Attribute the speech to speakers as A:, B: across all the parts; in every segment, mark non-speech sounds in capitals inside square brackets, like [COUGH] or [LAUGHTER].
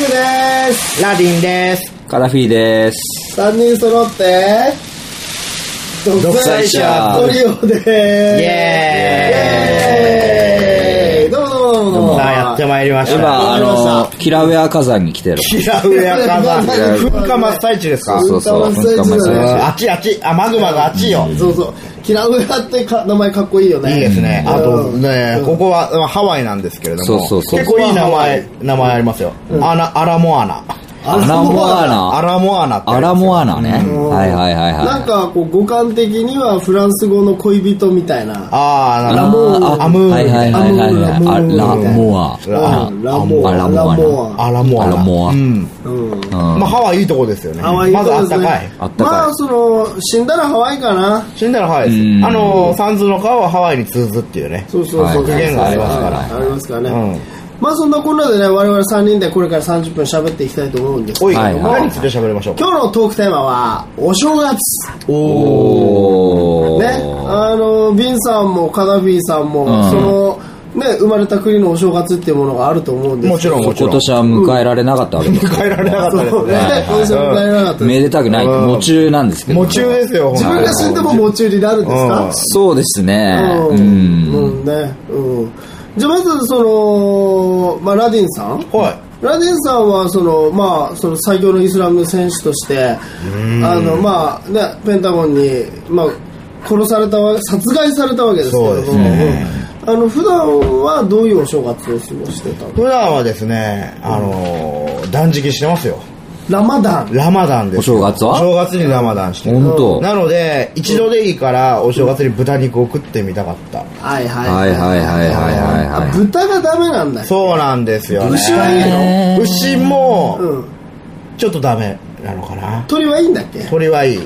A: です
B: ラディンです。
C: カラフィーです。
A: 3人揃って独裁者トリオですイ
B: エ
A: エーイどうもどうもどうも
B: さあ、やってまいりまし。
C: やったぱ、あの、キラウェア火山に来てる。
B: キラウエア火山。噴火真っ最中ですか
C: そうそう、
A: 噴火真っ
B: うん
A: 最中
B: あっちあっち。あ、マグマがあっちよ。
A: そうそうキラウエアってか名前かっこいいよね
B: いいですね。あと
A: うん
B: ね
A: う、ん
B: ここはまあハワイなんですけれど
C: そう
B: も、
C: そうそう
B: 結構いい名前、名前ありますよ。アナ、アラモアナ。
C: アラモア
B: ア
C: ナ。
B: ラモアナってあ
C: ア
B: ります。
C: ラモアナね。
A: うん
C: はいはいはいはい。
A: なんかこう語感的にはフランス語の恋人みたいな
B: あー、
C: あ
B: ラモー、アムー
C: はいはいはいはいはい。
A: ア
C: あ
A: ムー
C: ラモア。
A: うんラ
C: あ
A: モア
C: あラ
A: ラ
C: モ
A: モ
C: ア
A: ア
B: アラモア
C: アラモア
B: ナ。うん。
A: うん
C: ナ。うん
B: まあ、ハワイいいとこですよね。
A: ハワイ
B: まずあったかい
A: ですね。
C: あったかい
A: まあその死んだらハワイかな
B: 死んだらハワイ
C: う
B: で
C: ん
B: す。あの、サンズの川はハワイに通ずっていうね。
A: そうそう
C: はい
A: そう
C: はい
B: 格言がありますから
A: ありますからね、
B: うん
A: まあそんなこんなでね我々3人でこれから30分喋っていきたいと思うんです
B: おい、
A: け
C: は
A: ど
C: い
A: も、
C: はい
B: 何について喋りましょうか
A: 今日のトークテーマはお正月
C: お
A: ね
C: ー。
A: あのビンさんもカナフィーさんも、
C: うん
A: そのね生まれた国のお正月っていうものがあると思うんです
B: もちろん、もち
C: 今
B: ろん。
C: 年は迎えられなかったわけです。
B: 変えられなかったです
A: そうね
B: ね。
A: 今年は迎えられなかったです
C: めでたくない。
B: うん
C: 夢中なんですけど。
B: 夢中ですよ、
A: 自分が死んでも喪中になるんですか、
C: そうですね。
A: う、
C: うんん。
A: うんね、うん。じゃあまずその、まあ、ラディンさん
B: は
A: ラディンさんはその、まあ、その最強のイスラム戦士としてあの、まあね、ペンタゴンに、まあ、殺されたわ殺害されたわけですけれど
B: そうで
A: も、
B: すね
A: うんあの普段はどういうお正月を過ごしてたの
B: い。普段はですね、あのー、断食してますよ。
A: ラマダン
B: ラマダンです。
C: お正月は
B: お正月にラマダンしてる。
C: 本当。
B: なので、一度でいいから、お正月に豚肉を食ってみたかった。
A: はいはい
C: はいはいはいはいはいはい。
A: 豚がダメなんだよ
B: そうなんですよね。
A: 牛はいい
C: の
B: 牛
A: う
B: も、
A: ん、
B: ちょっとダメなのかな。
A: 鳥はいいんだっけ
B: 鳥はいい。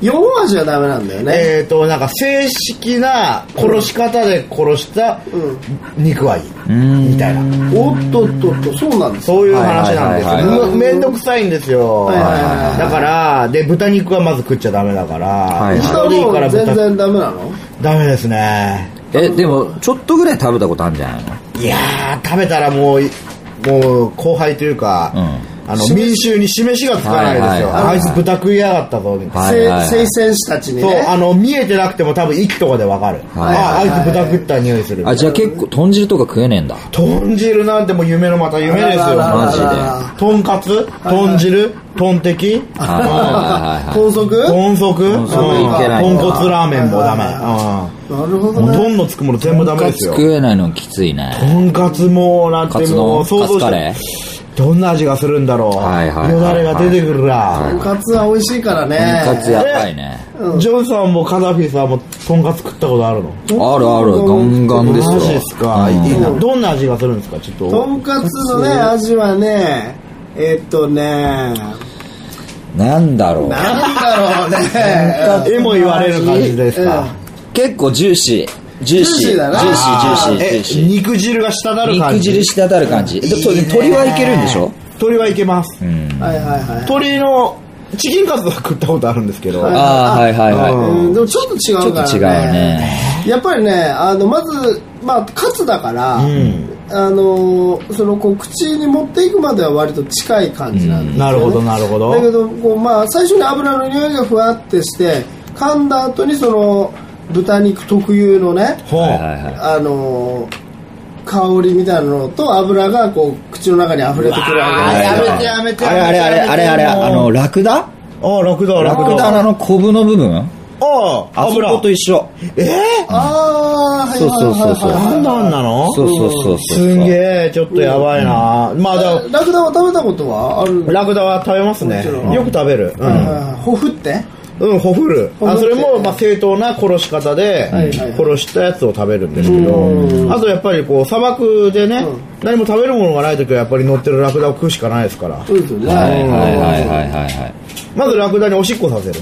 A: 4味はダメなんだよね、
B: えっと、なんか正式な殺し方で殺した
A: うん
B: 肉はいい。
C: ん
B: みたいな。
A: おっとっとっとそうなんです
B: そういう話なんです
C: はいはい
A: はいは
B: よ。
A: い
B: むめんどくさいんですよ。
A: はいはいはいはい
B: だから、で、豚肉はまず食っちゃダメだから、
C: い
B: 一
A: 豚
B: 度
A: は
B: でいい
A: も
B: から
A: う全
B: 豚、
A: 然ダメなの
B: ダメですね。
C: え、でも、ちょっとぐらい食べたことあるんじゃないの
B: いやー、食べたらもう、もう、後輩というか、
C: う
B: あの、民衆に示しがつかないですよ。
C: はいはいは
B: あ
C: い
B: いつ豚食いやがったぞ、みたいな。
C: はい
A: せ
C: はいは
A: 聖
C: い
A: 戦士たちに
B: そう、あ
A: ね
B: の、見えてなくても多分息とかでわかる。
C: はい
A: はいはい
B: あ、あいつ豚食った匂いするみたいな。
C: あ、じゃあ結構、豚汁とか食えねえんだ。
B: 豚汁なんてもう夢のまた夢です
A: あ
B: よ。
A: らら
C: マジで
B: 豚カツ、豚汁、豚滴、
C: はいはいはいはい
A: 豚足
B: 豚足、うん
C: 豚足いけない
B: 豚骨ラーメンもダメ。
A: なるほ
B: う
A: ど
B: んもう
A: ね
B: 豚のつくもの全部ダメですよ。
C: 食えないのきついね。
B: 豚カツもなん
C: カ
B: て
C: ツ
B: もう
C: 丼
B: 想
C: カ
B: 像
C: ツ
B: し
C: カ
B: て
C: レ。
B: どんな味がするんだろう。
C: はいはいはいはい
B: よだれが出てくるな。
A: とんかつは美味しいからね
C: ーカツやばいね。
B: ジョンさんもカダフィさんも豚カツ食ったことあるの
C: あるある、ガンガンですよ。
B: マジですか。
C: うん
B: いいなどんな味がするんですかちょっ
A: と
B: と。
A: んかつのね味はねえっとね
C: なんだろう。
A: なんだろうね
B: 絵も言われる感じですか。
C: 結構ジューシー。ジューシ
A: ジュー
C: ー。
A: シーだな
C: ジューシー、ジュ
B: え
C: ーシー、ジューシ
B: 肉汁が滴る
C: ー。
B: 感
C: 肉
B: じ
C: 汁したたる感じ。でそれ鶏はいけるんでしょ
B: 鳥はいけます、
C: うん。
A: はいはいはい
B: 鳥のチキンカツは食ったことあるんですけど、
A: はい
C: ああ、はいはいは
B: う
C: い。
A: うんでもちょっと違うからね
C: ちょっと違うね
A: やっぱりねあのまずまあカツだから、
B: ん
A: あのそのこう口に持っていくまでは割と近い感じなんですよ、ね
B: なるほどなるほど
A: だけどこうまあ最初に油の匂いがふわってして噛んだ後にその豚肉特有のね
B: ほう、
C: はいはいはい。
A: あの香りみたいなのと油がこう口の中に溢れてくるわけですよ
B: やめてやめて
C: あれあれあれあれあれ、あの、ラクダ
B: ああラクダ
C: ラ
B: ラ
C: ク
B: ク
C: ダの
B: ダ
C: あのコブの部分
B: ああ
C: あそ
B: 油
C: こと一緒。
B: え
A: ああはい
C: そう
A: はい
C: そう
A: はい
C: そうそう
B: ー、
A: はい
B: なんだあんなの
C: そうそうそうそう。
B: すんげえちょっとやばいな、まあだ
A: ラクダは食べたことはあるんだ
B: ラクダは食べますね
A: もちろん
B: よく食べるうん、
A: ほふって
B: うん、ほふる
A: ほふ
B: あ
A: って
B: それもまあ正当な殺し方で
A: はいはいはい
B: 殺したやつを食べるんですけ
A: う
B: どあとやっぱりこう砂漠でね何も食べるものがない時はやっぱり乗ってるラクダを食うしかないですから
A: そうですよね
C: はいはいはいはいはいはい。
B: まずラクダにおしっこさせる。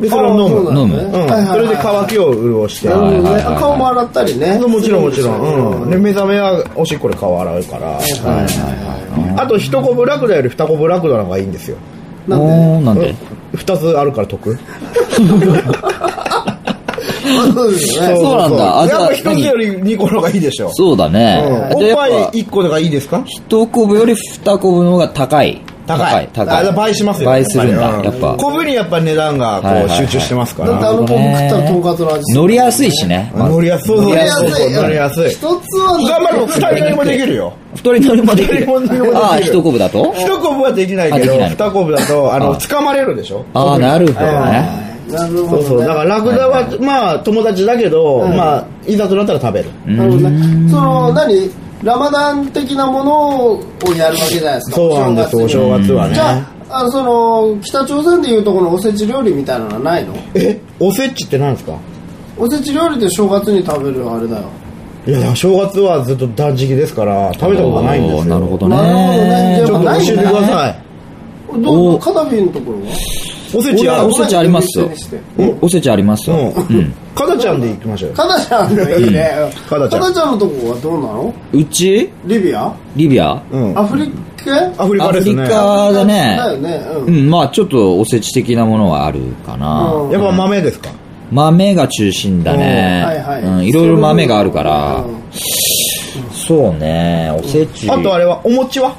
B: で、それを飲む。
A: あ
B: う
A: そうな
B: ん
A: んだ
C: 飲
A: ねはいはいはい
B: それで乾きを潤して。
A: なるほどね
C: はいはいはいはい
A: 顔も洗ったりね
B: もちろんもちろん。うん。で、
A: ね
B: 目覚めはおしっこで顔洗うから。うんあと、一コブラクダより二コブラクダの方がいいんですよ。
A: なんで
C: おー、なんで
B: 二つあるから得。
A: そうですよね
C: そうなんだあじゃ
B: やっ
C: あ
B: ぱ一つより二個の方がいいでしょ。
C: そうだ
B: うん
C: ね。
B: お
C: で
B: っ
C: や
B: ぱ
C: っぱ
B: い一個の方がいいですか
C: 一コブより二コブの方が高い。
B: 高い。
C: 高い高い
B: あじゃあ倍しますよ。
C: 倍するんだ
B: やっぱりうん
C: やっぱ
B: 昆布にやっぱり値段が
C: はいは
B: こ
C: いうはい
B: 集中してますか
A: だってあ
B: ら。
A: の昆布食ったらとんかつの味する
C: 乗りやすいしね。まあ
B: 乗りやすい。乗
A: 乗りやすい
B: 乗りやすい
A: 一。つは
B: 頑張る二人乗りもできるよ。
C: 太り乗りもでき
B: 太り乗りもでき
C: る。
B: [LAUGHS] る
C: ああ、一コブだと
B: 一昆布はできないけ
C: あでき
B: ど、
C: ない
B: 二昆布だと、あの、
C: あ
B: 掴まれるでしょ
C: ああ、なるほどね。
A: はいなるほ
B: そうそう。
A: ど
B: だから
A: ね
B: ラクダは、まあ、友達だけど、まあ、いざとなったら食べる。
A: なるほどねその何ラマダン的なものをやるわけじゃないですか
B: そうなんです、お
A: に
B: 正月はね
A: じ。ゃああのその北朝鮮でいうとこのおせち料理みたいなのはないの
B: え、おせちって何ですか
A: おせち料理で正月に食べるあれだよ
B: いや、正月はずっと断食ですから、食べたことないんですよ。
C: おーなるほど
A: なるほどね
C: ね
A: じ
B: ち
A: ゃ。
B: ょっと教えてください。
A: ど
C: お
A: うカナビのところは
B: おせちや
C: 俺はおせちありますよ
A: おせちにして。
C: おせちありますよ。
B: う
C: うんん。。
B: かなちゃんで行きましょうよ。
A: カナちゃんがいいね
B: カナちゃん
A: カナちゃんのとこはどうなの
C: うち
A: リビア
C: リビア
B: うん。
A: アフリカ
B: アフリカですね。
C: アフリカ
B: や
C: あーだね
A: だよねうん
C: うん、まあちょっとおせち的なものはあるかな。
A: うん
B: っぱ豆ですか
C: 豆が中心だね。
A: はいはい。
C: うん、いろいろ豆があるから
A: う。ん
C: そうね、おせち。
B: あとあれは、お餅は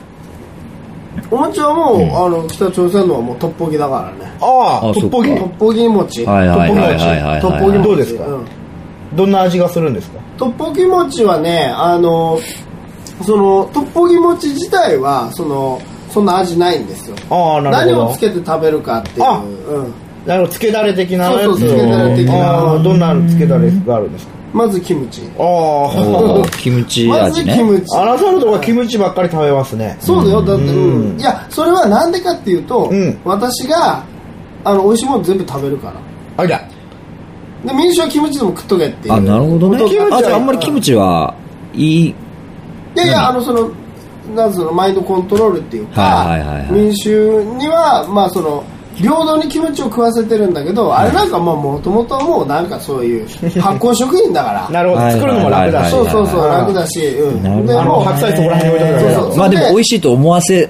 A: お餅はもう、あの、北朝鮮のはもうトッポギだからね。
B: ああ、
C: あ
B: トッ
C: そっか
B: ポギ
A: ト。ッポギ餅。
C: はいはいはいはいはいはい
A: トッポギ餅。
B: どうですか
A: ん
B: どんな味がするんですか
A: トッポギ餅はね、あの、その、トッポギ餅自体は、その、そんな味ないんですよ。
B: ああ、な
A: 何
B: るほ
A: を
B: ど
A: つ。けて食べるかっていう。う
B: あ
A: ん、
B: なるほど、つけだれ的なやつ
A: そ
B: を。
A: うそうつけだれ的な
B: ああ、どんなつけだれがあるんですか
A: まずキムチ。
B: ああ、
C: おーキムチ
A: まず
C: 味ね
A: キ。ムチ。
B: あなたのとこはキムチばっかり食べますね。
A: そうだよ、だって、うんいや、それはなんでかっていうと、
B: うん
A: 私が、あの、美味しいもの全部食べるから。
B: ありゃ。
A: で、民衆はキムチでも食っとけっていう。
C: あ、なるほどね
A: キムチ。は
C: あ、じゃああんまりキムチは、いい。
A: いやいや、あの、その、なんその、マインドコントロールっていうか、
C: はいはいはいはい
A: 民衆には、まあ、その、平等にキムチを食わせてるんだけど、あれなんかまあ、もともとはもうなんかそう
C: [LAUGHS]
A: いう、発酵食品だから。
B: なるほど、
C: はい
B: 作るのも楽だし。
A: そうそうそう、
B: はい
A: 楽だし、うん。
C: なるほど
A: で
B: あの、
A: もう
B: 白菜そこら辺に置いとくだけだ
A: そうそう
C: まあでも美味しいと思わせ、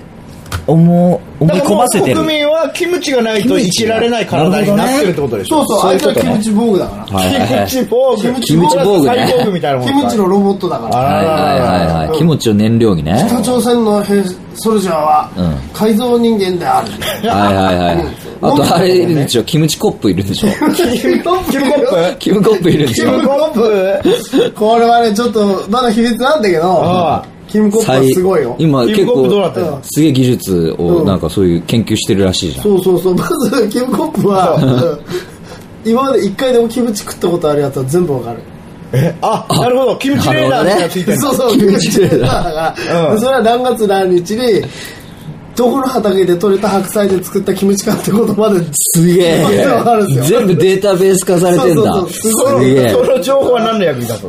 C: 思う、思い
B: だか
C: 込
B: らもう
C: ませてる。
B: 国民はキムチがないと生きられない体になってるってことでし
A: そ
B: ょ
A: うそう、相
B: い
A: 手は
B: こと
A: キ
B: ね
A: ムチ防具だから。
C: はいはいはい
B: キムチ防具。
A: キムチ
C: 防具ね
B: 最防具みたいなもん
A: キ
B: か。
A: ムチのロボットだか
B: あ
A: ら。
C: はいはいはいはい。キムチを燃料にね。
A: 北朝鮮の兵士ソルジャーは
C: う
A: 改造人間である。
C: はいはいはい。あとあれいるでしょ、キムチコップいるでしょ。 [LAUGHS]
A: [LAUGHS] キムコッ
B: キムコップ
C: キムコップいるで
B: キ
C: し
B: ム
C: ょ。
B: コップ
A: [LAUGHS] これはね、ちょっとまだ秘密なんだけ
B: あ
A: ど
B: あ、
A: キムコップはすごいよ。
C: 今
B: キ
C: 結
B: ムコップどうなってん
A: の
C: 構、すげえ技術をなんかそういう研究してるらしいじゃん。
A: そうそうそう、まずキムコップは、 [LAUGHS] うん今まで一回でもキムチ食ったことあるやつは全部わかる。
B: あ、なるほど。キムチレーダーみたいなのついてる。
A: そうそう、
C: キ
A: キ
C: ム
A: ム
C: チ
A: チレーダー
B: う
A: [LAUGHS] が。
B: ん
A: それは何月何日に、どこの畑で採れた白菜で作ったキムチかってことまで。
C: すげえ
A: わかるんですよ
C: 全部データベース化されてん
A: そ
C: だ
A: う。そうそう
C: すげえ [LAUGHS]
B: その情報は何の役に立つ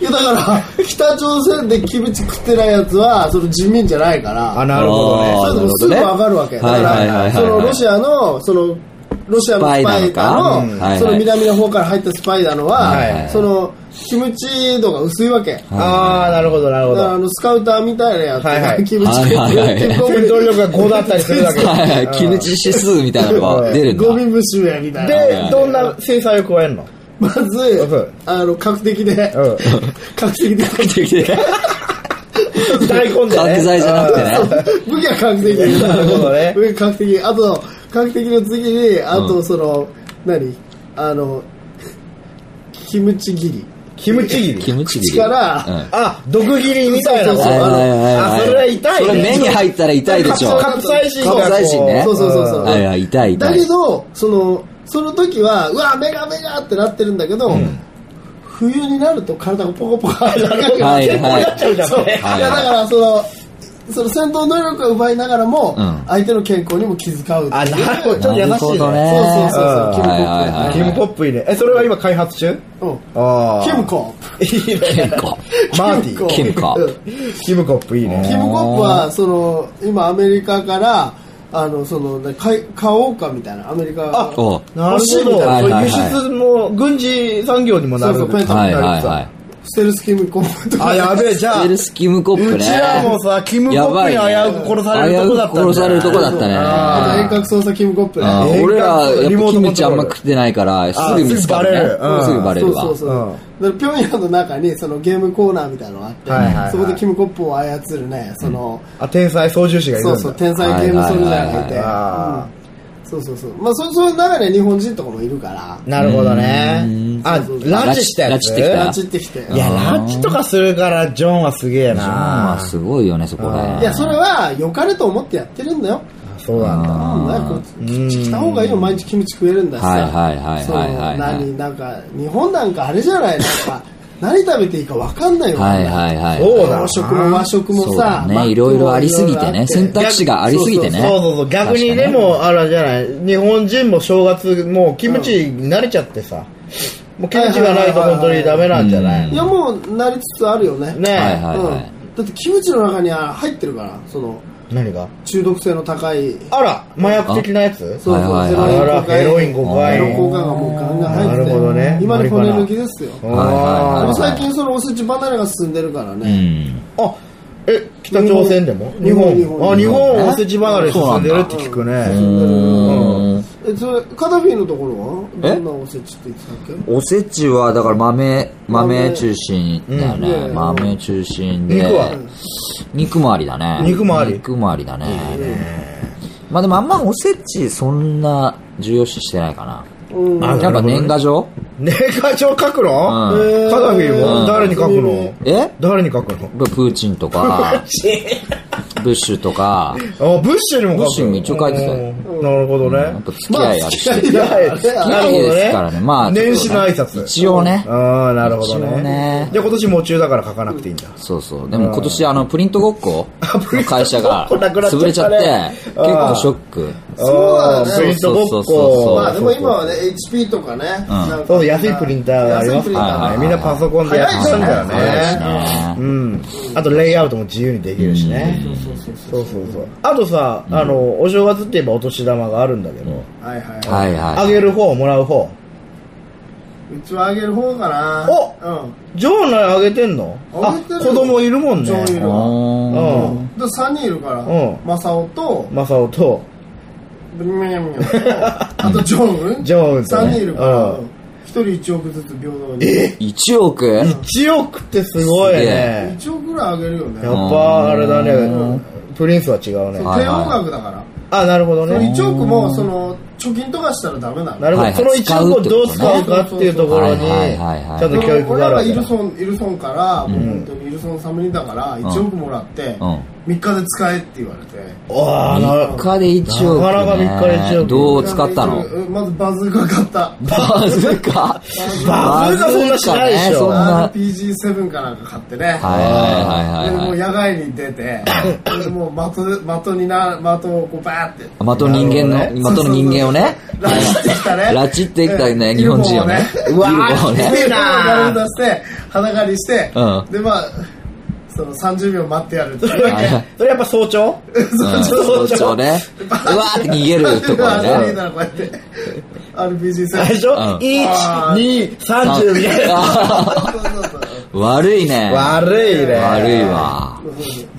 A: いやだから、北朝鮮でキムチ食ってないやつは、その人民じゃないから。
B: あ、なるほどね。
A: それでもすぐわかるわけ。だか
C: はいはいはいは
A: ら、
C: い
A: そのロシアの、その、ロシアのスパイだ
C: スパイなの
A: の、
C: かうん
A: その南の方から入ったスパイだのは、
B: はいはい
A: その、キムチ度が薄いわけ。
B: あー、なるほど、なるほ
A: だからあ
B: ど。
A: の、スカウターみたいなやつ
B: はいは
A: が
B: い
A: キムチ
C: はいはいはい
A: キムチゴ
B: 戦闘力が5だったりす
C: [LAUGHS]
B: るわけで
C: はいはい、キムチ指数みたいなのが出るんだ
A: ミゴ。
C: [LAUGHS]
A: ミ虫めみたいな。
B: で、どんな制裁を加えるの
A: まず
B: ん、
A: あの、核的で、
B: うん
A: 核的で、
B: 大根でね。
C: 覚剤じゃなくてね。
A: 武器は核的で、
B: なるほどね
A: 武器核的、あと、核的の次に、あと、その、何あの、キムチ切り。
B: キムチ切り。
C: キムチ切り。
A: 力
C: うん
B: あ、毒切りみたい
A: そ
B: な
A: うそうそう
C: はいはいはいはい
B: あ、それは痛いね。
C: それ目に入ったら痛いでしょ。
B: カプサイシンがこう
C: カプサイシンね
A: そうそうそうそう。
C: はいはい、痛い痛
A: だ
C: い [LAUGHS]
A: け。ど、その、その時は、うわ、メガメガってなってるんだけど、冬になると体がポコポコ上がる
C: はい
A: 結構
C: はい
A: なっちゃうじゃん
B: そうはい
C: はい
A: いやだから、その、その戦闘能力を奪いながらも、
C: うん
A: 相手の健康にも気遣うっていう。
B: あ、なるほど。ちょっと優
C: なるほ
B: しい
C: ど
B: ね。
C: ね。
A: そうそうそうそう、
C: ん
A: キムコップね、
C: はいはいはい
B: キムコップいいね。え、それは今開発中
A: うん
B: あ
A: キムコッ
B: プ。いい
C: キム
B: ね。
C: コ。
B: マー
A: プ。
B: ティ
A: ム
B: ー。
C: キムコップ
A: うん
B: キムコップいい
A: キ
B: ね。
A: ム・コップはその今アメリカからあのそのね買い買おうかみたいなアメリカが
B: あ
C: お
B: なるほ
A: 欲しいみ
B: ど。
A: たいな
C: はいはいはい
B: 輸出も、軍事産業にもな
A: そう
B: る。
A: そうペンタゴン
C: はい
A: にな
C: は
A: る
C: い
A: さ
C: はい。
A: ステルスキムコンとか
B: あ、やべえ、じゃあ
C: エ。ルスキムコップ
B: う
C: ね
B: ちらもさ、キムコップに危うく殺されるとこだったんだ
C: 危うく殺されるとこだったね
A: あと遠
B: あー
A: 隔操作キムコップね
C: あ
B: え
C: ー
B: ー
C: 俺らやっ
B: リモ
C: ぱ
B: ー
C: キ
B: トコン
C: ム
B: ト
C: チ
B: ロ
C: あ
B: ール
C: んま食ってないからす
B: あー
C: ぐ見つかるね
B: すぐバレるうん
C: すぐバレるわ
A: そうそうそう、だからピョンヤンの中にそのゲームコーナーみたいなのがあって、
B: はいはいはい
A: そこでキムコップを操るねその、
B: あ、天才操縦士がい
A: そ
B: るんだ。
A: うそう天才ゲームソルジャーがいて、
C: はいはいはい
B: あ
A: そうそうそうまあそそういう中で日本人とかもいるから
B: ーなるほどね。あ、ラチってやつ
C: 拉致ってきた
A: ラチってきて
B: いや、ラチとかするから、ジョンはすげえ
C: まあ
B: な。
C: すごいよねそこね
A: いやそれは良かれと思ってやってるんだよ
B: そうなんだ。
A: なんだよこれ来た方がいいよ毎日キムチ食えるんだしさ
C: はいはいはいはいはいはい
A: そう何なんか日本なんかあれじゃないなん
C: [LAUGHS]
A: か何食べていいか分かんないよ
C: はいはいはい
B: そうだな
A: 洋食も和食も
C: そうだ
A: さ
C: ね
A: マックも
C: いろいろありすぎて
A: い
C: ね
A: ろいろあって
C: 選択肢がありすぎて
B: そ
C: ね
B: うそうそう。逆にでも、あらじゃない。日本人も正月、もうキムチに慣れちゃってさ。もうキムチがないと本当にダメなんじゃない
A: いやもうなりつつあるよね
B: ね
C: はいはいは
A: うん
C: い
A: だってキムチの中には入ってるからその
B: 何が
A: 中毒性の高い
B: あら、麻薬的なやつ
A: そうそう、
C: はい
A: ゼ
C: はい
B: はいあ
A: ロ
B: ら
A: イン
B: ヘロイン
A: コ
B: コ
A: カ
B: カ
A: イ
B: イ
A: ン
B: ン
A: ヘロコカがもうガンガン入ってて
B: なるほどね
A: 今の骨抜きですよ
B: あ
C: はい
A: で
C: はい
A: も
C: はい
A: 最近そのおせち離れが進んでるから
C: う
A: ね、
C: ん
B: あ、え、北朝鮮でも
A: 日本
B: 日本あ、日
A: 日本
B: 本おせち離れ進んでるって聞くね。
C: うん
A: えそれカダフィのところはど
C: え
A: んなおせちって言ってたっけ
C: おせちはだから豆豆中心だよね、
A: うん
C: 豆中心で
B: 肉は
C: 肉もありだね
B: 肉もあり
C: 肉もありだねまあでもあんまおせちそんな重要視してないかな
A: うん
B: あ
C: やっぱ年賀状、
B: 年賀状書くの
C: うん
A: へー
B: カダフィ
A: う
B: も
A: ん
B: 誰に書くの
C: え
B: 誰に
A: [LAUGHS]
B: 書くの
C: プーチンと
B: [LAUGHS]
C: かブッシュとか
B: あ、ブッシュにも書く
C: ブッシュにも一応書いてたよ
B: うんなるほど
C: やっ
B: ね
C: ぱ。付き合いあるし、
A: まあ付き合いだ
B: はい
C: 付き合いですからねまあ
B: 年始の挨拶。
C: 一応ね
B: ああ、なるほど
C: 一応
B: ね
C: ね。
B: じゃあ今年も中だから書かなくていいんだ。
C: そうそうでも今年あのプリントごっこの会社が
B: プリントごっこなくなっちゃったね
C: 潰れちゃって結
B: あ
C: 構
B: あ
C: ショック
A: そうだね
B: あープリントごっ
C: そうそうそうそう
B: こ。
A: まあでも今はね HP とかね、なんか
B: そう、安いプリンターがありま
A: 安いプ
B: すか
A: リンター
B: ら
C: は
B: ね。
C: い
B: みんなパソコンでやってたんだよ
C: 早いし
B: ね
C: ね。
B: うん。あと、レイアウトも自由にできるしね。そうそうそう。あとさ、あの、お正月って言えばお年玉があるんだけど、
A: はいはいはい、
C: はいはい
B: あげる方、もらう方。
A: うちはあげる方かな
B: お
A: うん
B: 場内あげてんの
A: あ
B: あ
A: げてる、よ
B: 子供いるもんね。
A: 長いる
C: あ
A: わ
C: ー
B: うん。
A: で3人いるから、
B: うん
A: マサオと
B: マサオと、
A: ブリミャミャとあとジョン
B: ジョンとね
A: 3人いるから、
B: うん
A: 1人1億ずつ平等にえ
C: 1億
B: 1億ってすごい
C: すげ
B: ね。
A: 1億ぐらいあげるよね
B: やっぱ、あれだね。プリンスは違うね
A: 低。
C: はい
A: 音楽だから、
B: あ、なるほど
A: その
B: ね。
A: 1億もその貯金とかしたらダメなの
B: なるほ
C: は
B: ど。
C: い
B: その1億をどう使うかっていうところに、ち
C: はいはいはい
B: ゃんと教育
A: 俺
B: が
A: ら
B: あるわ
A: が
B: け
A: イ
B: だ
A: ルソンイルソンから、もう本当にイルソンサムリだから1億もらって、
C: うん
A: 3日で使えって言われて、
B: わあ、なる
C: 3日で1億、
B: な
C: ね、
B: かなか3日で1億
C: どう使ったの
A: うんまずバズーカ買った
C: バズか
B: バズーカそんなしないでしょ
C: そんなはい
A: RPG7 かなんか買ってね
C: はいはい
A: で
C: はい
A: もう
C: はい
A: 野外に出てでもう的的にな的をこうバーって
C: 的の人間の、的の人間をね
A: ラチってきたね
C: 拉致ってきたね
A: うん
C: 日本人をね
A: ユーフォーをね
C: ユーフォーを
A: ユ
C: ね
A: ーフォーを丸出して裸にして、
C: うん
A: でまあその30秒待ってやるっていう
C: はいはい
A: ね
B: それやっ [LAUGHS] ぱ早朝
C: うん
B: そう
C: 早朝ねうわーって逃げるとこ
A: [LAUGHS]
C: ろ
A: 30
C: ね
A: 秒歩いたらこうやって RPG
B: 最初、
A: [LAUGHS]
C: ん
A: あー
B: 1、2、30みたいな。
C: 悪いね
B: 悪いね。
C: 悪い。わ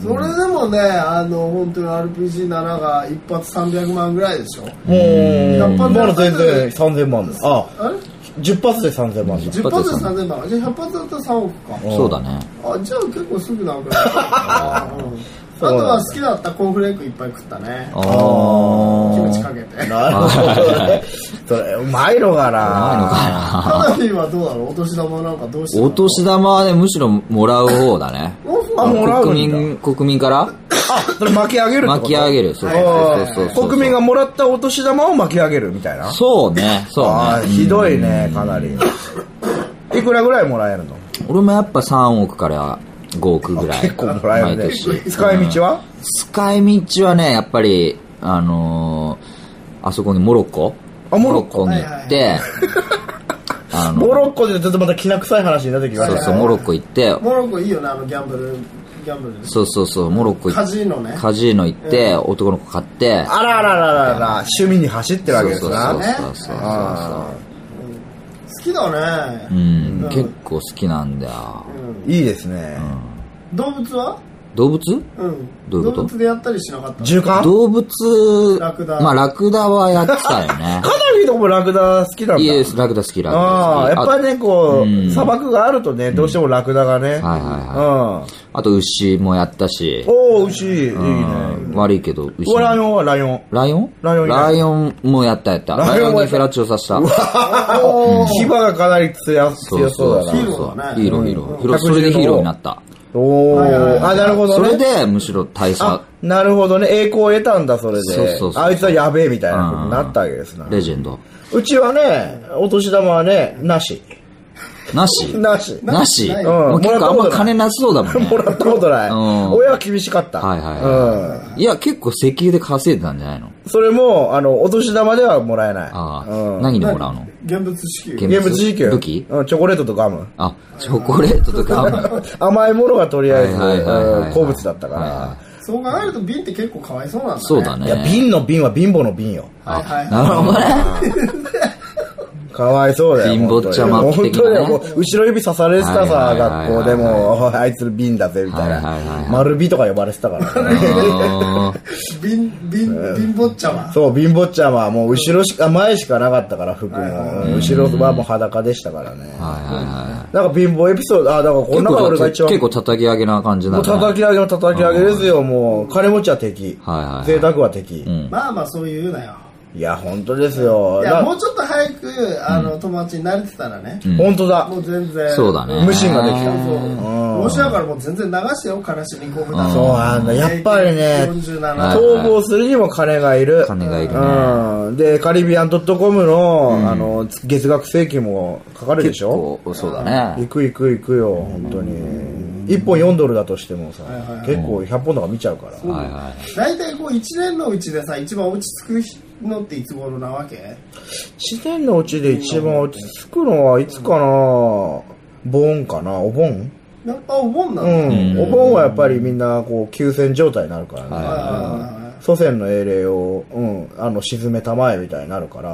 A: それでもねあの本当に RPG7 が一発300万ぐらいでしょ
B: もう、
A: 100
B: まだ全然3000万です。あ、
A: あれ
B: 10発で3000万だ。
A: 10発で3000万じゃあ100発だったら3億か
C: そうだね
A: あじゃあ結構すぐなくなったあうんあとは好きだったコーンフレークいっぱい食ったね
C: あー
A: キムチかけて
B: なるほど
C: [LAUGHS]
B: ね。それ、うまいのかな
C: のか
B: [LAUGHS]
C: な
A: カナフィはどうだろうお年玉なんかどうしてた
C: お年玉はねむしろもらう方だね
A: あも
B: らうん
C: 国
B: だ
C: 民国民から
B: あ、それ巻き上げるってこと
C: 巻き上げるそうそう
B: はい
C: そうそうそう
B: 国民がもらったお年玉を巻き上げるみたいな。
C: そうねそう
B: あー
C: ね
B: ひどいね、かなり。いくらぐらいもらえるの
C: 俺もやっぱ3億から5億ぐらい
B: 結構もらえるね
C: 毎年
B: 使い道は
C: 使い道はねやっぱりあのー、あそこにモロッコ
B: あモロッコ
C: モに行ってあの
B: モロッコでちょっとまたきな臭い話になってきま
C: そう
B: した
C: そう
B: ね。
C: モロッコ行って
A: モロッコいいよねあのギャンブルギャンブル
C: そうそうそうモロッコ行
A: カ
C: っ
A: ジノね
C: カジノ行って男の子買って
B: あらあらあらあらあら、趣味に走ってるわ
C: そ
B: け
C: う
B: で
C: そ
B: す
C: う
B: な。
C: そうそうそうそう
B: あ
A: 好きだね
C: う、ん、結構好きなんだよ。
A: うん
B: いいですね。
A: 動物は、
C: 動物
A: うん、
C: どういうこと
A: 動物でやったりしなかった
B: 中間
C: 動物、
A: ラクダ
C: まあ、ラクダはやってた
B: [LAUGHS]
C: よね。
B: かなりのもラクダ好きなんだ。
C: いいです、ラクダ好き、ラクダ
B: ああ、
C: 好き。
B: やっぱりね、こ
C: う
B: う、
C: ん
B: 砂漠があるとね、どうしてもラクダがね。
C: はいはいは
B: うん
C: ああと、牛もやったし。
B: おー、牛、いいね。
C: うん悪いけど、牛
B: お
C: も。
B: ライオンはライオン。
C: ライオン
B: ライオンいない
C: ライオンもやったやった。
B: ラ
C: ラ
B: イ
C: イ
B: オ
C: オ
B: ン
C: ン
B: もやっ
C: に
B: た
C: フェラチオさせた。
B: 牙がかなり強
C: そう
B: 強
C: そ
B: そうう
C: そ
B: だな。
C: う。ヒ
A: ヒ
C: ー
A: ー
C: ロ
A: ロ
C: ー
A: ー
C: だ
A: だ
C: ね
A: ね
C: ヒーロー。ヒ
B: うん
C: ーローそれでヒーローになった。
B: お
A: はいはい
B: ー、あ、なるほど
C: そ
B: ね。
C: れで、むしろ大
B: あ
C: 佐、、
B: なるほどね。栄光を得たんだ、それで。
C: そうそうそう
B: あいつはやべえ、みたいなことになったわけですな。
C: レジェンド。
B: うちはね、お年玉はね、なし。
C: なし
B: なし。
C: なし
A: ない
C: もう結構あんま金なさそうだもんね。
B: [LAUGHS] もらったことない。
C: うん
B: 親は厳しかった。
C: はいはい
B: うん
C: はい。いや、結構石油で稼いでたんじゃないの
B: それも、あの、お年玉ではもらえない。
C: あ
B: う
C: あ。
B: ん
C: 何でもらうの
A: 現物支給
C: 現
B: 現物支給。
C: 武器
B: うん、チョコレートとガム。
C: あ、チョコレートとかあんの。
B: 甘いものがとりあえず、
C: はいはいはいはい
B: うん好物だったから。
C: はいは
A: そう考えると瓶って結構かわいそうなんだね
C: そうだ
B: いや、
C: ね。
B: 瓶の瓶は貧乏の瓶よ。
A: はいはい
C: なるほどね。
B: かわいそうだよ。
C: 貧乏ちゃま
B: 本
C: 的
B: 当に
C: なね
B: 本当にもう後ろ指刺されてた
C: は
B: さ、
C: いはいはいはい
B: 学校でも、おいあいつの瓶だぜ、みたい
C: はいはいはいは
B: な。
C: い
B: 丸瓶とか呼ばれてた
C: [LAUGHS]
B: からね。
C: あー
A: 瓶瓶瓶坊ちゃま
B: そう、貧乏ちゃまはもう後ろしか、前しかなかったから、服も。後ろはもう裸でしたからね。
C: はいはいはい
B: なんか貧乏エピソード、あ、だからこん
C: 結
B: なが俺が一
C: 構
B: 番。
C: 結構叩き上げな感じな
B: もう
C: のかな
B: 叩き上げの叩き上げですよ、もう。金持ちは敵。
C: はいはいはい
B: 贅沢は敵。
C: ん
A: まあまあそう言うなよ
B: いや、本当ですよ。
A: い
B: な
A: やもうちょっと早くあの友達に慣れてたらね、
B: 本当だ
A: も。う全然
C: そうだね。
B: 無心ができた
A: そう
C: うん
A: そう面白いからもう全然流してよ悲しみ5分だ
B: そうなんだ。やっぱりね、
A: 47
B: 逃亡するにも金がいる。
C: 金がいるね
B: うん。で、カリビアンドットコムの、あの、月額請求もかかるでしょ
C: 結構そうだ
B: 行
C: ね。
B: く行く行くよ、本当に。1本4ドルだとしてもさ、結構100本とか見ちゃうから。
C: はいはい。
A: 大体こう1年のうちでさ一番落ち着くのっていつ頃なわけ
B: 1年のうちで一番落ち着くのはいつかな盆かなお盆
A: やっぱお盆な
B: う
A: の、はい
B: ん。お盆はやっぱりみんな、こう、休戦状態になるからね。
A: はいはい
B: 祖先の英霊を、うん、あの、沈めたまえみたいになるから、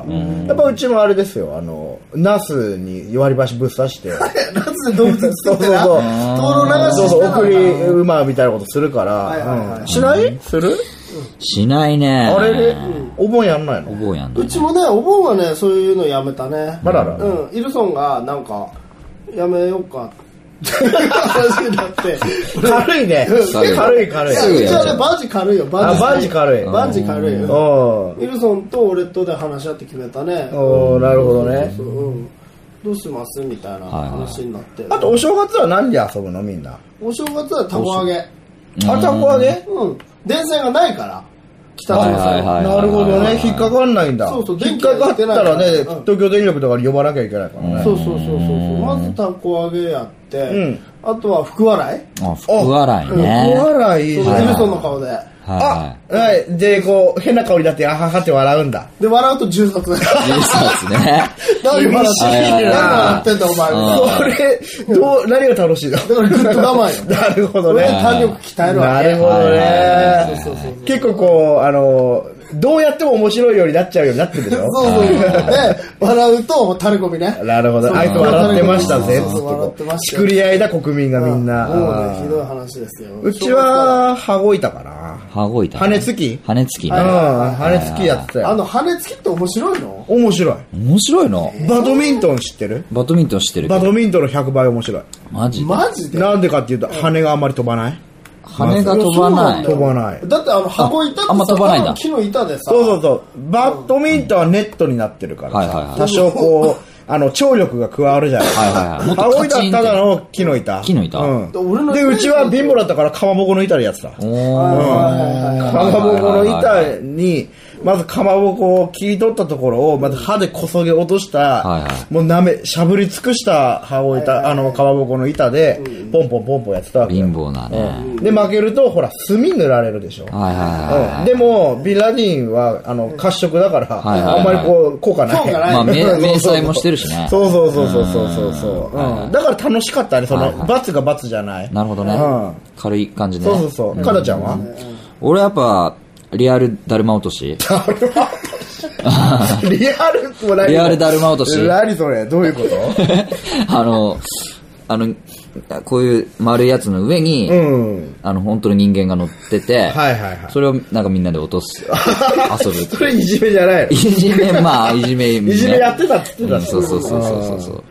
B: やっぱうちもあれですよ、あの、ナスに割り箸ぶっ刺
A: [LAUGHS]
B: して、
A: ラツで動物作ってな
B: そ
A: 灯
B: うそうそう
A: 籠流
B: そう
A: し
B: そう、
A: してた
B: 送
A: の
B: り
A: か
B: 馬みたいなことするから、
A: はいはいはい
B: うんしないする
C: しないね。
B: あれで、お盆やんない
C: お
B: の
C: 坊やんだ
A: う
C: ね。
A: ちもねお盆はねそういうのやめたね
B: あらら
A: うんイルソンがなんかやめようかって話になって
B: 軽いね。
C: 軽い
B: 軽い軽い。
C: すぐ
A: いや
C: や
A: じ
C: め
A: ゃ
C: ちゃう
A: あねバジ軽いよバ
B: あ、
A: ジ
B: バジ軽い。
A: バンジ軽いよ
B: お
A: イルソンと俺とで話し合って決めたね
B: おなるほどね。
A: うんどうしますみたいな話になって
B: あと、お正月は何で遊ぶのみんな。
A: お正月はたこ揚げ
B: あたこはね、
A: うん電線がないから北朝鮮は
C: はいはいはい
B: なるほどね。引っかかんないんだ。
A: そうそう
B: 引っかか
A: 電気が入っ
B: ったらね、
A: てないからうん
B: 東京電力とかに呼ばなきゃいけないからね。
A: そうそうそうそうそうまずたこ揚げやって、
B: うん
A: あとは福笑い
C: あ、福笑いね。
B: お笑い
A: そ
B: い
A: のエ
B: じゃ
A: ル
B: ん。
A: ソンの顔で
C: は
B: あ、はい。で、こう、変な顔になって、あははって笑うんだ。
A: で笑うと銃殺
C: いはい。そうで
B: [LAUGHS]
C: すね。
A: 何笑っ
C: 厳しい
A: て
C: な
A: 何笑ってんだお前
C: あ
B: それ、どう、何が楽しいの [LAUGHS]
A: だからグッと我慢よ
B: なるほど
A: 俺
B: ね。
A: 体力鍛えるわ
B: な
A: け
B: るほど
C: は
A: そうそう
B: ね。
A: そうそう
B: 結構こう、あの、どうやっても面白いようになっちゃうようになってるでしょ
A: そうそうで笑うと垂れ込みね
B: なるほ
A: そ
B: ど。
A: う
B: あいつ笑ってましたぜ
A: そうそう。笑ってまし
B: したく
A: よ
B: り合いだ、国民がみんな。
A: もうねひどい
B: あー
A: 話ですよ
B: うちは、羽子板かな。
C: 羽子板。
B: 羽根つき
C: 羽根つき
B: うん、
C: ね。
B: 羽根つきやってた
A: あ
B: よ。
A: の羽根つきって面白いの
B: 面白い。
C: 面白いの。
B: バドミントン知ってる
C: バドミントンしてるけ
B: バ
C: ど。
B: ドミントンの100倍面白い。
C: マジで
A: マジで
B: なんでかっていうと、羽があんまり飛ばない
C: 羽が飛ばない。
B: 飛ばない。
A: だってあの箱板って
C: ああんま飛ばないんだ
A: さ木の板でさ
B: そうそうそう。バドミントンはネットになってるから
C: はいはいは
B: さ
C: い
B: 多少こう、あの、張力が加わるじゃない
C: はいはいはいもっと
B: 青い
C: カチンって
B: ただの木の板。
C: 木の板
B: うん。
A: 俺の
B: で、うちは貧乏だったから、かまぼこの板でやってた。
C: お
B: か
C: ー
B: まぼこの板に、まずかまぼこを切り取ったところを、まず歯でこそげ落とした、
C: はいは
B: もうなめ、しゃぶり尽くした歯を板、あの、かまぼこの板で、ポンポンポンポンやってたわけよ。
C: 貧乏なね。
B: で、負けると、ほら、炭塗られるでしょ。
C: はいはいは
B: う
C: い
B: んでも、ビンラディンは、あの、褐色だから、
C: はいはいはい
B: あんまりこう、効果ない。
A: 効果ない
C: まあ、め
B: そうそうそう
C: 明細もしてるしね。
B: そうそうそうそうそうそうそう、
C: うんはいは
B: うん。
C: い
B: だから楽しかったね、その、
C: はいはい
B: 罰が罰じゃない。
C: なるほどね
B: うん。
C: 軽い感じね。
B: そうそうそう。かなちゃんは [LAUGHS]
C: 俺やっぱ、リアルだるま落とし。
B: リアル、もう何
C: リアルだるま落とし
B: 何それどういうこと
C: あの、あの、こういう丸いやつの上に、
B: うん。
C: あの、本当の人間が乗ってて、
B: はいはいはい。
C: それをなんかみんなで落と
B: [LAUGHS]
C: す。遊ぶ。
B: それいじめじゃないの
C: いじめ、まあ、いじめ、ね。
B: いじめやってたって言って
C: う
B: た
C: んそうそうそうそうそうそう。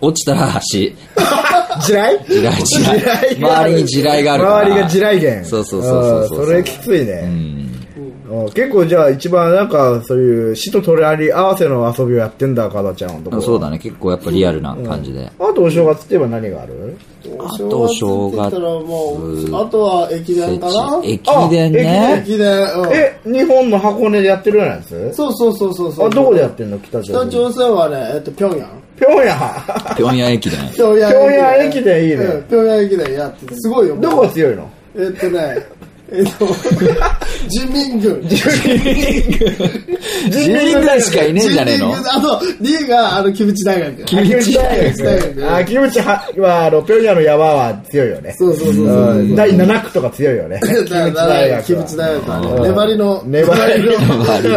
C: 落ちたら足。
B: 地雷地
C: 雷地雷周りに地雷があるから
B: 周りが地雷源。
C: そうそうそうそうそう
B: あーそれきついね。うん結構じゃあ一番なんかそういう死と隣り合わせの遊びをやってんだ、かだちゃんのとこ。
C: そうだね、結構やっぱリアルな感じで。
B: あとお正月って言えば何がある
A: あ
C: と正月
A: あとは駅伝かな
C: 駅伝ね。
A: 駅伝、うん
B: え、日本の箱根でやってるようなやつ
A: そうそうそうそうそう
B: あ、どこでやってんの北朝
A: 北
B: 鮮。
A: 朝鮮はね、えっと、平壌
B: 平壌。
C: 平壌駅伝。
A: 平壌
B: 平壌駅伝いいね
A: うん平壌駅伝やっててすごいよ
B: [LAUGHS] どこが強いの
A: えっとね [LAUGHS] えっと人民軍
B: [LAUGHS]
C: 人民ぐらいしかいねえんじゃねえの
A: 人民軍あと D があの木淵大学
B: キムチ
A: 大学
B: あ、キムチは、は、あの、平壌の山は強いよね。
A: そうそうそうそう
B: うん第7区とか強いよね。キムチ
A: [LAUGHS] だから
B: 大学は
A: キムチ大学はね粘りの
B: 粘りの
C: 周 り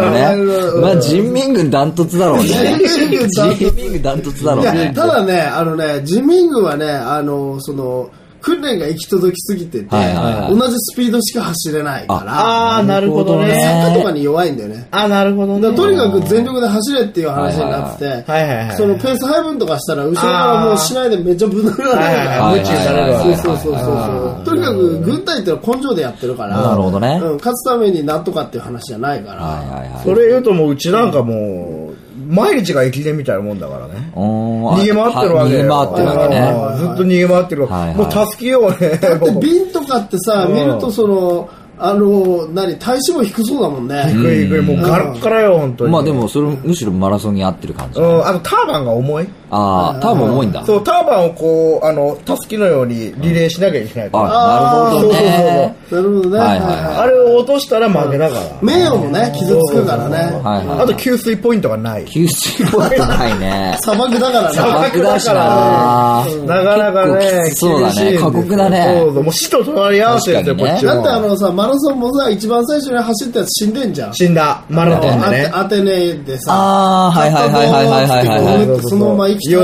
B: [LAUGHS]
C: の
A: 粘り
C: ね。
A: の
C: まあ人民軍ダントツだろうね。
A: 人民軍ダントツ
C: 人民軍ダントツだろう
A: い
C: ね
A: や。ただね、あのね、人民軍はね、あの、その、訓練が行き届きすぎてて、
C: はいはいはい
A: 同じスピードしか走れないから、
B: あー、なるほど
C: なるほど
B: ね
C: ね。
A: 坂とかに弱いんだよね。
B: あ、なるほど
A: だから
B: ね。
A: とにかく全力で走れっていう話になってて、
B: はいはいはい。
A: そのペース配分とかしたら、後ろからもうしないでめっちゃぶん殴られるから。
B: は
C: はい
B: い
C: はい
B: はいは
A: そ
B: い。
A: うそうそうそうそう。とにかく軍隊ってのは根性でやってるから、
C: なるほどね
A: うん、勝つためになんとかっていう話じゃないから、
C: はいはいはい。
B: それ言うともう、うちなんかもう、毎日が駅伝みたいなもんだからね。
C: おー
B: 逃げ回ってるわけよ
C: 逃げ回ってるわけね。
B: あーずっと逃げ回ってる
C: はい
B: わ
C: は
B: け。
C: い
B: もう助けよ
C: [LAUGHS]
B: うね。
A: だって瓶とかってさ、
B: うん
A: 見るとその、あの、何、体脂肪低そうだもんね。
B: ぐいぐい、もうガラッガラよ、本当に。
C: まあでも、それ、むしろマラソンに合ってる感じ
B: う。ん、あの、ターバンが重い。
C: ああ、多分重いんだ。
B: そう、ターバンをこう、あの、たすきのようにリレーしなきゃいけないから。
C: あ、なるほど
A: あ
C: ね。
A: ーそうそうそうなるほどね。
C: はいはいはい
B: あれを落としたら負けだから。
A: 名誉もね、傷つくからね。
C: はいはい。
B: あと、給水ポイントがない。
C: 90ポイントないね。
B: [LAUGHS]
A: 砂漠だから
B: 漠
A: ね。
C: 爆だしな
B: うんなかなかね、
C: 結構きつそうだね
B: 厳しいんですよ
C: 過酷だね
B: そうそう、もう死と隣り合わせですよ、
C: 確かに
B: こ
C: ね
B: っち
A: だ
B: も。
A: ってあのさ、マラソンもさ、一番最初に走ったやつ死んでんじゃん。
B: 死んだ、マラソン
A: あ
B: でね。
A: アテネでさ、
C: ああ、はいはいはいはいはいはいはいはい。
A: そのまま生きてる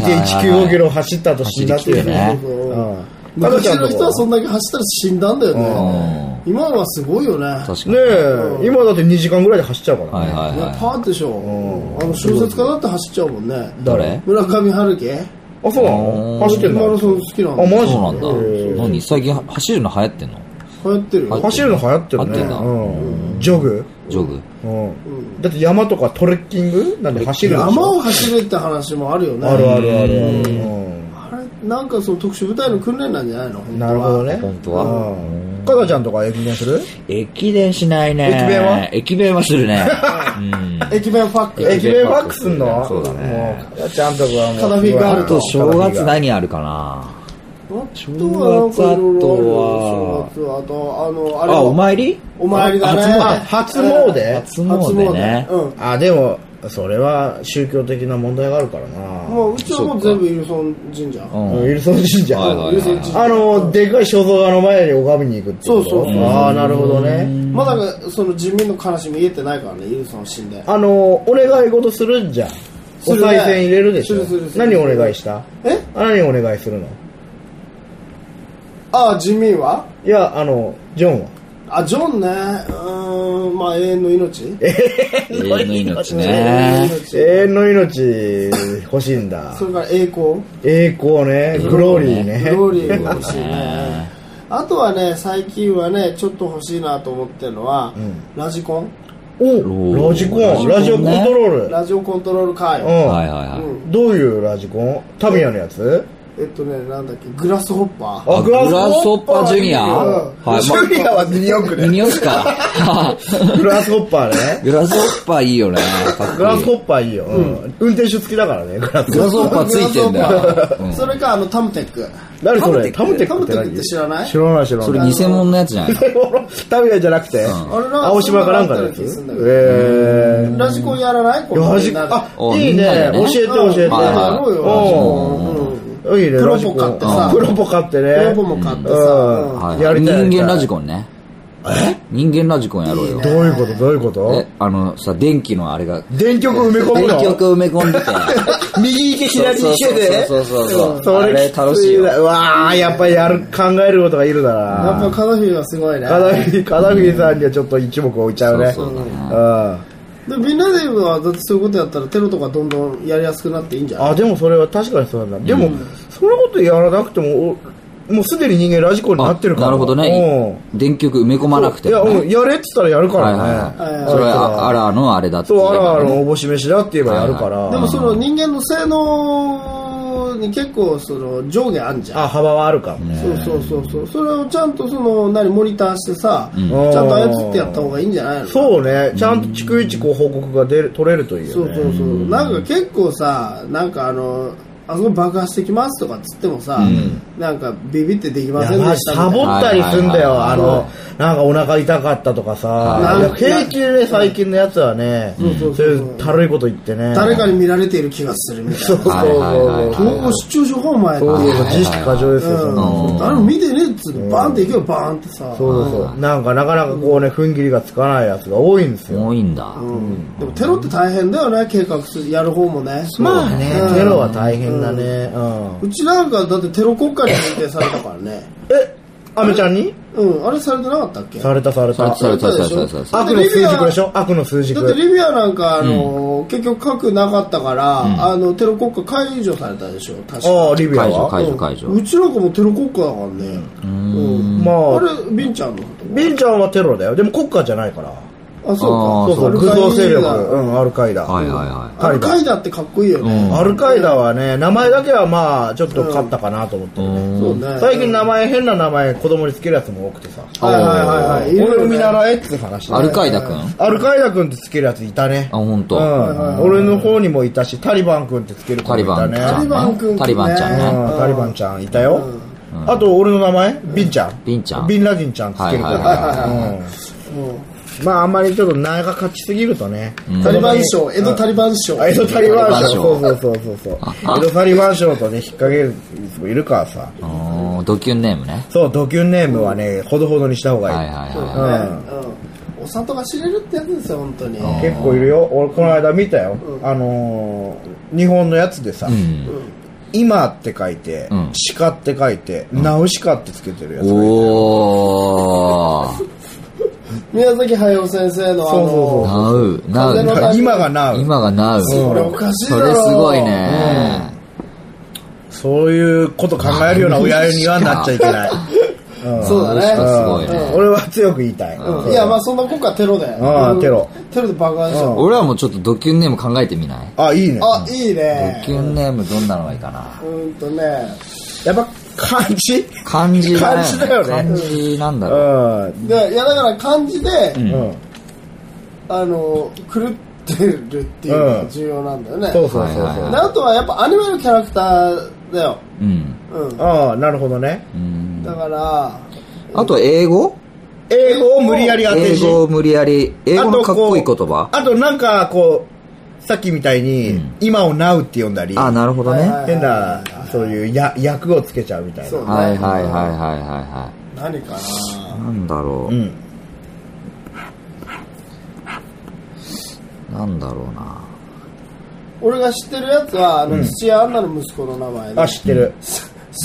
B: 42.195キロ走った後死んだっていう
C: 走
B: ね
C: り。
A: きてる
B: う
A: ね
B: ん
A: 昔の人はそんだけ走ったら死んだんだよね。今はすごいよね。
C: 確かに。
B: ねえ、今だって2時間ぐらいで走っちゃうから
C: はい
B: ね。
C: はい
A: ね
C: は
A: パーンでしょ。あの、小説家だって走っちゃうもんね。
C: い。誰
A: 村上春樹
B: あ、そうなの走ってん
A: マ
B: の
A: ラソン好きな
B: あ、
A: の
B: マ
C: そうなんだ
B: ジで。
C: 何最近走るの流行ってんの
A: 流行ってるよ。
B: 走るの流行ってる
C: 流
B: ね。
C: 行ってんだ
B: うん。ジョグ。
C: ジョグ。
B: うん。だって山とかトレッキングなんで走るでしょ
A: 山を走るって話もあるよね。
B: あるあるあるある。うん
A: あれなんかその特殊部隊の訓練なんじゃないの
B: なるほどね。
C: 本当は
B: うん。かなちゃんとか駅伝する
C: 駅伝しないね。
B: 駅弁は
C: 駅弁はする [LAUGHS] ね。うん。
A: 駅弁ファック。
B: 駅弁ワックスんの
C: そうだね
B: もう、かなちゃんとかはもう。
A: カナフィガ
C: あ
A: ール
C: と、正月
B: い。
C: 何あるかな
A: 正月あとは、あと、あの、あれは
C: あ、お参り
A: お参りだね。
B: あ初詣
C: 初詣ね。
A: うん。
B: あ、でも、それは宗教的な問題があるから
A: も
B: な。
A: う、うちはもう全部イルソン神社。
C: うん
B: ウィルソン神社。
C: はいはい
A: イルソン神社。
B: あの、でかい肖像画の前に拝みに行くってこと
A: そうそうそう
B: ああ、なるほどね。
A: まだその人民の悲しみ言えてないからね、イルソン死んで。
B: あの、お願い事するんじゃん。お
A: するね
B: 賽銭入れるでしょ
A: するする。する
B: 何お願いした
A: え
B: 何お願いするの
A: ああ、人民はい
B: や、あの、ジョンは。
A: あ、ジョンね。うーん、まあ永遠の命。
C: 永遠の命
A: 永遠
C: ね
A: の。命。
B: 永遠の命欲しいんだ
A: そ。れから栄光。
B: 栄光ね、グローリー
A: グ
B: ね。
A: ローリーが欲しいね。あとはね、最近はね、ちょっと欲しいなと思ってるのは、ラジコン。
B: おラジコン、ラジオコントロール。
A: ラジオコントロール会。
C: はい
B: うん
C: はいはい。
B: どういうラジコンタミヤのやつ
A: えっとね、なんだっけ、グラスホッパー。
B: あ
C: グラスホッパージュニアはい
B: ジュニアはミニオク
C: ミ
B: ね。
C: ニオス [LAUGHS] か。
B: グラスホッパーね。
C: グラスホッパーいいよね。かっ
B: グラス
C: こい
B: ホ
C: い
B: ッパーいいよ。うん運転手付きだからね、グラス
C: グラスホッパーついてんだ
A: グラスホッ
C: よ。
A: パーそれか、あの、タムテック。
B: 何それ
C: タ
B: タ
C: ム
B: ム
C: テ
B: テ
A: ッ
B: ッ
A: ク
B: ク
A: っ
B: ってて何
A: 知らない
B: 知らない知らない。
C: それ偽物のやつじゃないの
B: タミヤじゃなくて、
A: あれな
B: 青島かなんかのやつ
A: そんなのあったような気がするんだけど
B: えー。
A: ラジコンやらないこ
B: ラジ
A: みんなで
B: あ
C: お、
B: いい
C: みんな
B: ね
C: で。
B: 教えて
C: ね
B: 教えて。
C: はいはい
A: やろうよ
B: お
A: ラジコン
B: ー
A: うん
B: いいね、
A: プロ
B: ラジコン
A: ポ買ってさ
B: プロポ買ってね。
A: ロボも買ってさ
B: うん
A: うん
C: はい
B: やりたいやりたい
C: 人間ラジコンね。人間ラジコンやろうよ。
B: どういうことどういうこと
C: え、あのさ、電気のあれが、
B: 電極埋め込む
C: 電
B: の
C: 極埋め込んでて。
B: 右行け左行けで。
C: そうそうそうそう。
B: そ
C: あれ
B: れ
C: 楽
B: 楽
C: し
B: し
C: い
B: い
C: よ。
B: な。うわあやっぱやる、考えることがいるだ
A: やっ
B: な。
A: ぱカダフィはすごいね。
B: カダフィ、カダフィさんにはちょっと一目置いちゃうね。
C: そうそうだね
A: でビンラディンはだってそういうことやったらテロとかどんどんやりやすくなっていいんじゃない
B: あ、でもそれは確かにそうなんだ。でも、そんなことやらなくても、おもうすでに人間ラジコンになってるから。
C: なるほどね。電極埋め込まなくて
B: いや、
C: もね。
B: うん、やれって言ったらやるか
C: はい
B: ら
C: はい
B: ね。
C: はい。それは、あらのあれだって
B: そ
C: 言
B: う、
C: えば
B: あ
C: ね。
B: らあら、応募し飯だって言えばやるから。
A: でもその人間の性能に結構その上下あんじゃん。
B: あ、幅はあるかもね。
A: そうそうそうそう。それをちゃんとその、何、モニターしてさ、ち
B: ん
A: ゃんと操ってやった方がいいんじゃないの
B: そうね、ちゃんと逐一こう報告が出る取れるといいよ、ね。
A: そうそうそう。なんか結構さ、なんかあの、あそこ爆破してきますとかっつってもさ、なんかビビってできません
B: いやマ
A: で
B: ジ
A: したみた
B: サ
A: いな
B: ボったりすんだよ、
C: はい
B: あ
A: いはいはい
B: の、なんかお腹痛かったとかさ、
A: い
B: いや平気でね、最近のやつはね、そう
A: そうそう
B: いうたるいこと言ってね、
A: 誰かに見られている気がするみたいな。
C: はいはいはいはい
A: 統合失調症かお前って
B: そう
A: いう
B: そう自意識過剰ですよ、そんなの
A: うん、誰も見てねえっつってバーンって行けばバーンってさ
B: そうそうそう、なんかなかなかこうね、踏ん切りがつかないやつが多いんですよ。
C: 多いんだ。
A: うんでもテロって大変だよね計画するやる方もね
B: まあね
A: うん、
B: テロは大変だね。うん。
A: うちなんかだってテロ国家に認定されたからね
B: え、アメちゃんに
A: うんあれされてなかったっけ
B: されたされ
C: され
B: た
C: て。されてされてされてされて
A: あ
B: 悪の数軸でしょ悪の数軸
A: だ。ってリビアなんか、あの結局核なかったから、あのテロ国家解除されたでしょ確
B: ああ、
A: か
B: リビア
C: 解除
B: は
C: 解除解除。
A: うちなんかもうテロ国家だからねうん
B: まあ
A: あれビンちゃんのこ
B: ビンちゃんはテロだよ。でも国家じゃないから。
A: とあ
C: あ
A: そ
B: そううそ
A: かアル
B: う、偶
A: カイ
B: 像勢力。
A: ダ
B: うん、アルカイダ。
C: はいはいはい。
A: アルカイダってかっこいいよね、
B: アルカイダはね、名前だけはまあ、ちょっと勝ったかなと思ってるね。
A: そうね
B: 最近名前、変な名前、子供につけるやつも多くてさ。
A: はいはいはいはいいるよね
B: 俺を見習えって話だ
C: ア
B: ね
C: ルカイダ君あ、
B: アルカイダ君ってつけるやついたね。
C: ほん
B: う
C: と。
B: ん。俺の方にもいたし、タリバン君ってつける子も
C: タリ
B: い
C: バ
B: た
C: ンち
B: ね。
C: ゃ
A: タ
C: ん
A: リバン君
C: ね。タリバンちゃんね。
B: うんタリバンちゃんいたよ。あと、俺の名前ビンちゃん。
C: ビンちゃん
B: ビンラディンちゃんつける子も
C: はい
B: い
C: はいはい
B: た
C: はい
B: うん
A: うん
B: まあ、あんまりちょっと長が勝ちすぎるとね。
A: タリバン賞、江戸タリバン賞。
B: あ江戸タリバン賞。
C: 江戸
B: そうそうそうそうそう。江戸タリバン賞とね、引っ掛ける人もいるからさ。
C: おードキュンネームね。
B: そう、ドキュンネームはね、ほどほどにした方
C: はいは
B: が
C: い
B: いい。
C: は
A: うん。お里が知れるってやつですよ、本当に。
B: 結構いるよ。俺、この間見たよ。あのー、日本のやつでさ
C: い。う、ん。
B: 今って書いて
C: うん、
B: 鹿って書いて、ナウシカってつけてるやつがいる。
C: おー。
A: 宮崎駿先生のあ
B: そうそう
A: の、
C: なう。な
A: 風の
C: う。
A: 中
B: 今がナウ。
C: 今がなう。
A: これお
C: そ
A: かしいだろ
C: れすごい。ね。
B: そういうこと考えるような親にはなっちゃいけない。うん
A: そうだね。
C: ナウシカすごい
A: うん
C: ね
B: 俺は強く言いたい。
A: うんいや、まあそんな国家テロだ
B: あ
A: よ。
B: ーテロ。
A: テロで爆破した。
C: 俺はもうちょっとドキュンネーム考えてみない
B: あ、いいね。
A: あ、いい
C: ド
A: ね
C: キ。ュンネームどんなのがいいかな。
A: うーんとね。
B: やっぱ漢字
C: 漢字だ
B: 漢
C: ね。
B: 字だよね
C: 漢字なんだ
B: う
C: ろう。
B: ん。
A: でいや、だから漢字で、
B: うん。
A: あの、狂ってるっていうのが重要なんだよね。
B: そうそう
C: はい
B: そう
C: はい
B: そ
C: は
B: う
C: い。
A: であとはやっぱアニメのキャラクターだよ。
C: うん。
A: うん。
B: ああ、なるほどね。
C: うん
A: だから、
C: あと英語
B: 英語を無理やり当て
C: 英
B: し。
C: 語を無理やり、英語の
B: あ
C: か
B: と
C: っこいい言
B: こう
C: 葉
B: あとなんかこう、さっきみたいに、今を now って呼んだり、
C: あ、なるほどね。
A: はい
B: 変な、そういうや役をつけちゃうみたい
A: そ
B: な
A: う。
C: はいはいはいはいは
A: 何かない
C: はい。なんだろ
B: うん。
C: う。なんだろうな。
A: 俺が知ってるやつは、あの、土屋アンナの息子の名前で
B: あ、、知ってる。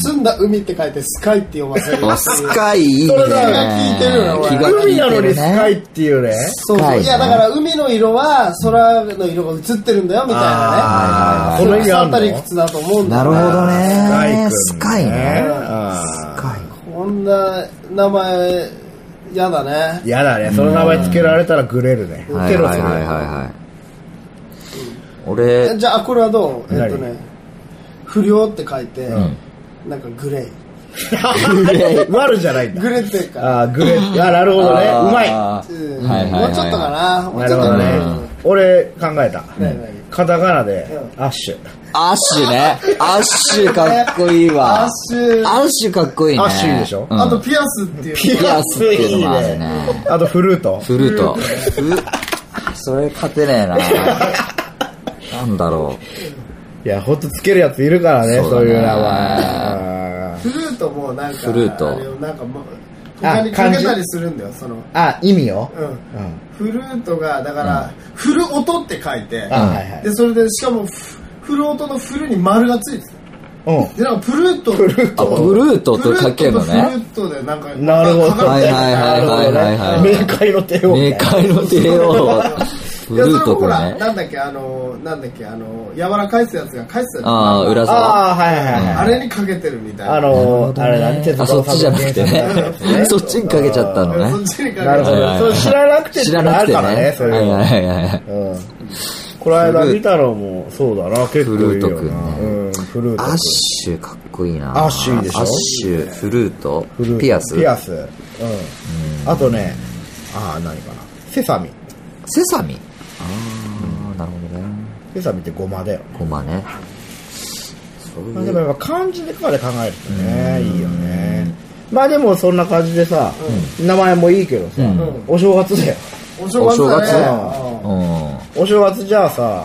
A: 澄んだ海って書いてスカイって読ませるっていう。
C: あスカイいいね。
B: それだ
A: 聞いてるよね俺
C: 気が利い
B: 海なの
C: て
B: に
C: る
B: スカイ
C: ね。
B: っていうね。
A: そう
C: スカ
A: そ
C: イ
A: う。
C: ね
A: いや、だから海の色は空の色が映ってるんだよ、みたいなね。
B: あー
A: それ
B: はいはいはい
A: があったり靴だと思うんだ
C: なる
A: よ
C: ほ
A: ね
C: どね。
B: ス
C: スカ
B: カ
C: イ
B: イ君
C: ね
B: ね。
C: スカイ。
A: こんな名前、嫌だね。
B: やだね。その名前つけられたらグレるね。
C: はい
B: テロ
C: は
B: す
C: い
B: るよ。
C: はいはいはい。俺、
A: じゃあ、これはどうえ
B: 何
A: っとね、不良って書いて、なんかグレイ。
B: 悪じゃないんだ。
A: グレーってか、
B: あー、グレ。あ、なるほどね。うまい。
C: あ
A: う
C: ー
A: ん
C: はいはいはい
A: もうちょっとかな。もう
B: な
A: ちょ
B: る
A: っと
B: ほど
A: か
B: ね
A: な。。
B: 俺、考えた。
A: 何何
B: カタカナで
A: う、
B: アッシュ。
C: アッシュね。アッシュかっこいいわ。
A: アッシュ
C: アッシュかっこいいね。
B: アッシュいいでしょ
C: うん
A: あと、ピアスっていう。
C: ピアスっていうのもあるね。
B: あと、フルート。
C: フルート。フルそれ勝てねえな。
B: [LAUGHS]
C: なんだろ
B: いや、ほんとつけるやついるからね、
C: そうだね
B: そういう名前。
A: フルートもなんか、
C: フルート
A: あれをなんかもう他にかけた
B: 漢
A: り
B: 字
A: するんだよ、その。
B: あ、意味を
A: うん
B: うん。
A: フルートが、だから、振る音って書いて、
B: あ、はいはい。
A: で、それで、しかも、ふ振る音の振るに丸がついてた。
B: う
A: で、なんか、プルート。プルー
C: あ、ブルートとかけるの
A: フル
C: ね。
A: ートで、なんか、
B: ん。なるほど。
C: はいはいはいはいはいはい
B: 明快の帝王。
C: 明快の帝王。ブ
A: いや、
C: ル
A: そ
C: ー
A: れ
C: ト
A: ほ
C: と
A: ら、
C: ね。
A: なんだっけ、あの、なんだっけ、あの、柔らかいやつが返してたじゃん
C: ああ、裏沢。
B: ああ、はいはいはい。
A: あれにかけてるみたいな。
B: あ
C: なる
B: の
C: ほ
B: ー、
C: ど
B: あ
C: ね
B: れ何て
C: あ、そっちじゃなくて
B: [LAUGHS]
C: ね。そっちにかけちゃったの
A: そ
C: ね
A: っ。ちにかけて
B: なるほ
C: はいはいは
B: ど。
C: い
B: それ知らなくてって
C: 知
B: の
C: ら
B: あ
C: なく
B: る
C: て
B: か
C: ね。は
B: ら
C: い
B: ね、それ
C: はいはいはい。
B: うん。この間見たらもう、そうだな、結構いいよ
C: フルートくん
B: な。
C: ね
B: うん、フルートく
C: ア
B: ん
C: ッ。シュかっこいいな
B: アッシュいいでしょ
C: アッシュフルート
B: フルート
C: ピアス
B: ピアス。うん。あとね、ああ、何かな。セサミ。
C: セサミああなるほどね
B: セサミってゴマだよ。
C: ほんまねそう
B: まあ、
C: い
B: で
C: う
B: もやっぱ漢字でかで考えるとね、いいよね。まあでもそんな感じでさ、名前もいいけどさ、
C: うん
B: お正月だよ。
A: お正月だね
C: お正月
A: あ
C: うんうん
B: お正月じゃあさ、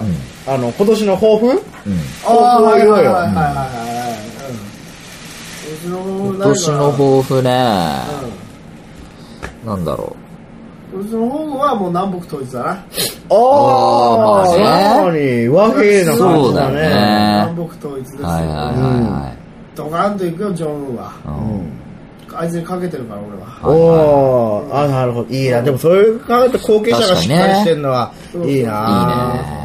B: あの、今年の抱負
A: あ
B: お
A: はいい
B: よ
A: はいい
B: よ
A: はいはいはいうん
C: 今年の抱負ねなんだろ
A: うん今年の方はもう南北統一だな
B: あ
C: あーまあね
B: なのに、和平な感じだ
C: そうだ
B: ね。
C: ね
A: 南北統一です
C: う
A: よ
C: はいはいは
A: ドカンと行くよジョンウンは
C: いうはいうん
B: ん
A: あいつにかけてるから俺は
C: はいはい
B: おー、あ、なるほど。いいな。でもそういう考えて後継者がしっかりしてるのは、いいな。
A: うん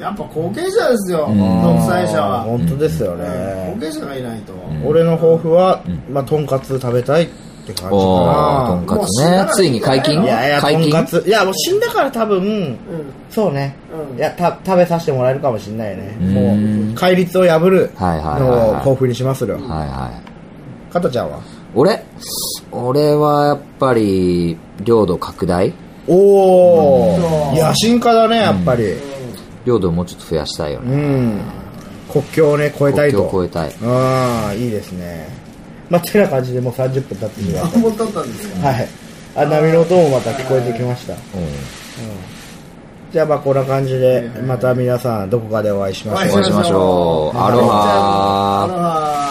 A: やっぱ後継者ですよ独裁者は
B: あー本当ですよ
A: うん後
B: ね。
A: 継者がいないと
B: 俺の抱負は、まあ、とんかつ食べたいって感じかな。
C: おーとんかつ
A: もう死んだ
C: ね
A: ら
C: ついに解禁
B: いやいや、
C: 解
B: とん
C: 禁
B: かつ。いや、もう死んだから多分、
A: うん
B: そうね。
A: うん
B: いや、た、食べさせてもらえるかもしんないね。
C: ん
B: もう、戒律を破る
C: はいはいはい
B: のを
C: はい
B: 抱負にしますよ。
C: はいはい
B: かたちゃんは
C: 俺俺はやっぱり領土拡大
B: お
A: うん
B: ー、野心家だね、やっぱり。
C: 領土をもうちょっと増やしたいよ
B: う
C: ね
B: ん。国境をね、越えた
C: 国
B: い
C: 境
B: と。
C: を越えたい
B: ああ、いいですね。まあ、てな感じでもう30分経ってしまっ
A: あもう経ったんですよ
B: た。はい。あ、波の音もまた聞こえてきました。
C: うん
B: じゃあまあこんな感じで、また皆さんどこかでお会いしましょう。
C: お会いしましょうアロハ
A: アロハ